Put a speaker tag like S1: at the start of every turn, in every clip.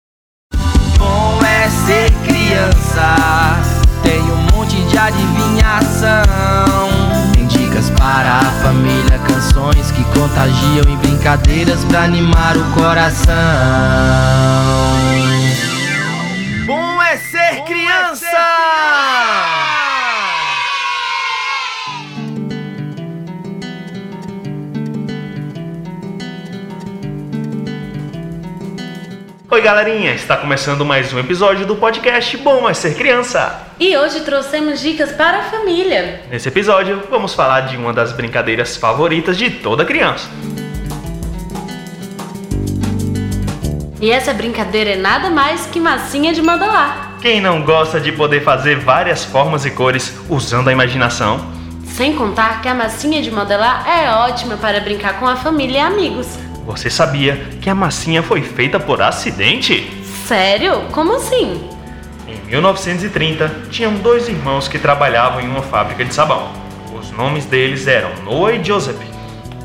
S1: é um Risos que contagiam e brincadeiras pra animar o coração.
S2: Bom é ser criança! Oi, galerinha! Está começando mais um episódio do podcast Bom é Ser Criança.
S3: E hoje trouxemos dicas para a família.
S2: Nesse episódio, vamos falar de uma das brincadeiras favoritas de toda criança.
S3: E essa brincadeira é nada mais que massinha de mandalar,
S2: Quem não gosta de poder fazer várias formas e cores usando a imaginação?
S3: sem contar que a massinha de modelar é ótima para brincar com a família e amigos.
S2: Você sabia que a massinha foi feita por acidente?
S3: Sério? Como assim?
S2: Em 1930, tinham dois irmãos que trabalhavam em uma fábrica de sabão. Os nomes deles eram Noah e Joseph.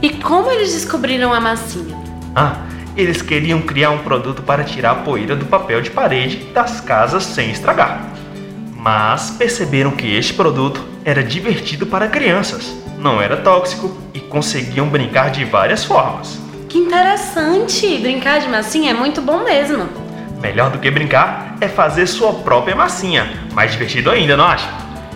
S3: E como eles descobriram a massinha?
S2: Ah, eles queriam criar um produto para tirar a poeira do papel de parede das casas sem estragar. Mas perceberam que este produto era divertido para crianças, não era tóxico e conseguiam brincar de várias formas.
S3: Que interessante! Brincar de massinha é muito bom mesmo.
S2: Melhor do que brincar é fazer sua própria massinha, mais divertido ainda, não acha?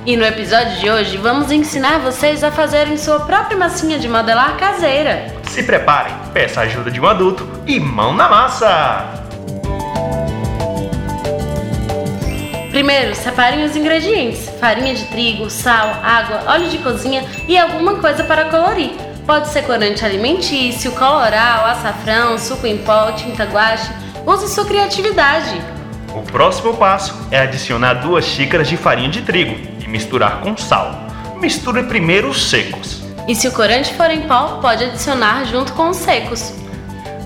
S3: E no episódio de hoje vamos ensinar vocês a fazerem sua própria massinha de modelar caseira.
S2: Se preparem, peça a ajuda de um adulto e mão na massa!
S3: Primeiro, separem os ingredientes: farinha de trigo, sal, água, óleo de cozinha e alguma coisa para colorir. Pode ser corante alimentício, coloral, açafrão, suco em pó, tinta guache. Use sua criatividade.
S2: O próximo passo é adicionar duas xícaras de farinha de trigo e misturar com sal. Misture primeiro os secos.
S3: E se o corante for em pó, pode adicionar junto com os secos.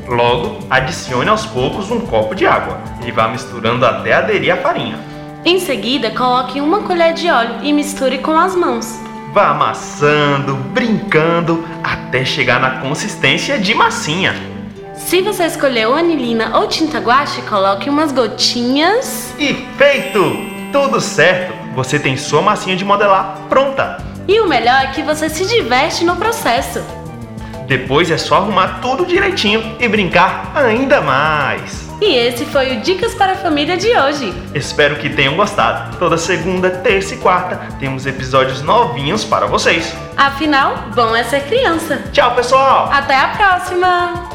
S2: Logo, adicione aos poucos um copo de água e vá misturando até aderir à farinha.
S3: Em seguida, coloque uma colher de óleo e misture com as mãos.
S2: Vá amassando, brincando, até chegar na consistência de massinha.
S3: Se você escolheu anilina ou tinta guache, coloque umas gotinhas.
S2: E feito! Tudo certo! Você tem sua massinha de modelar pronta!
S3: E o melhor é que você se diverte no processo.
S2: Depois é só arrumar tudo direitinho e brincar ainda mais.
S3: E esse foi o Dicas para a Família de hoje.
S2: Espero que tenham gostado. Toda segunda, terça e quarta temos episódios novinhos para vocês.
S3: Afinal, bom é ser criança.
S2: Tchau, pessoal!
S3: Até a próxima!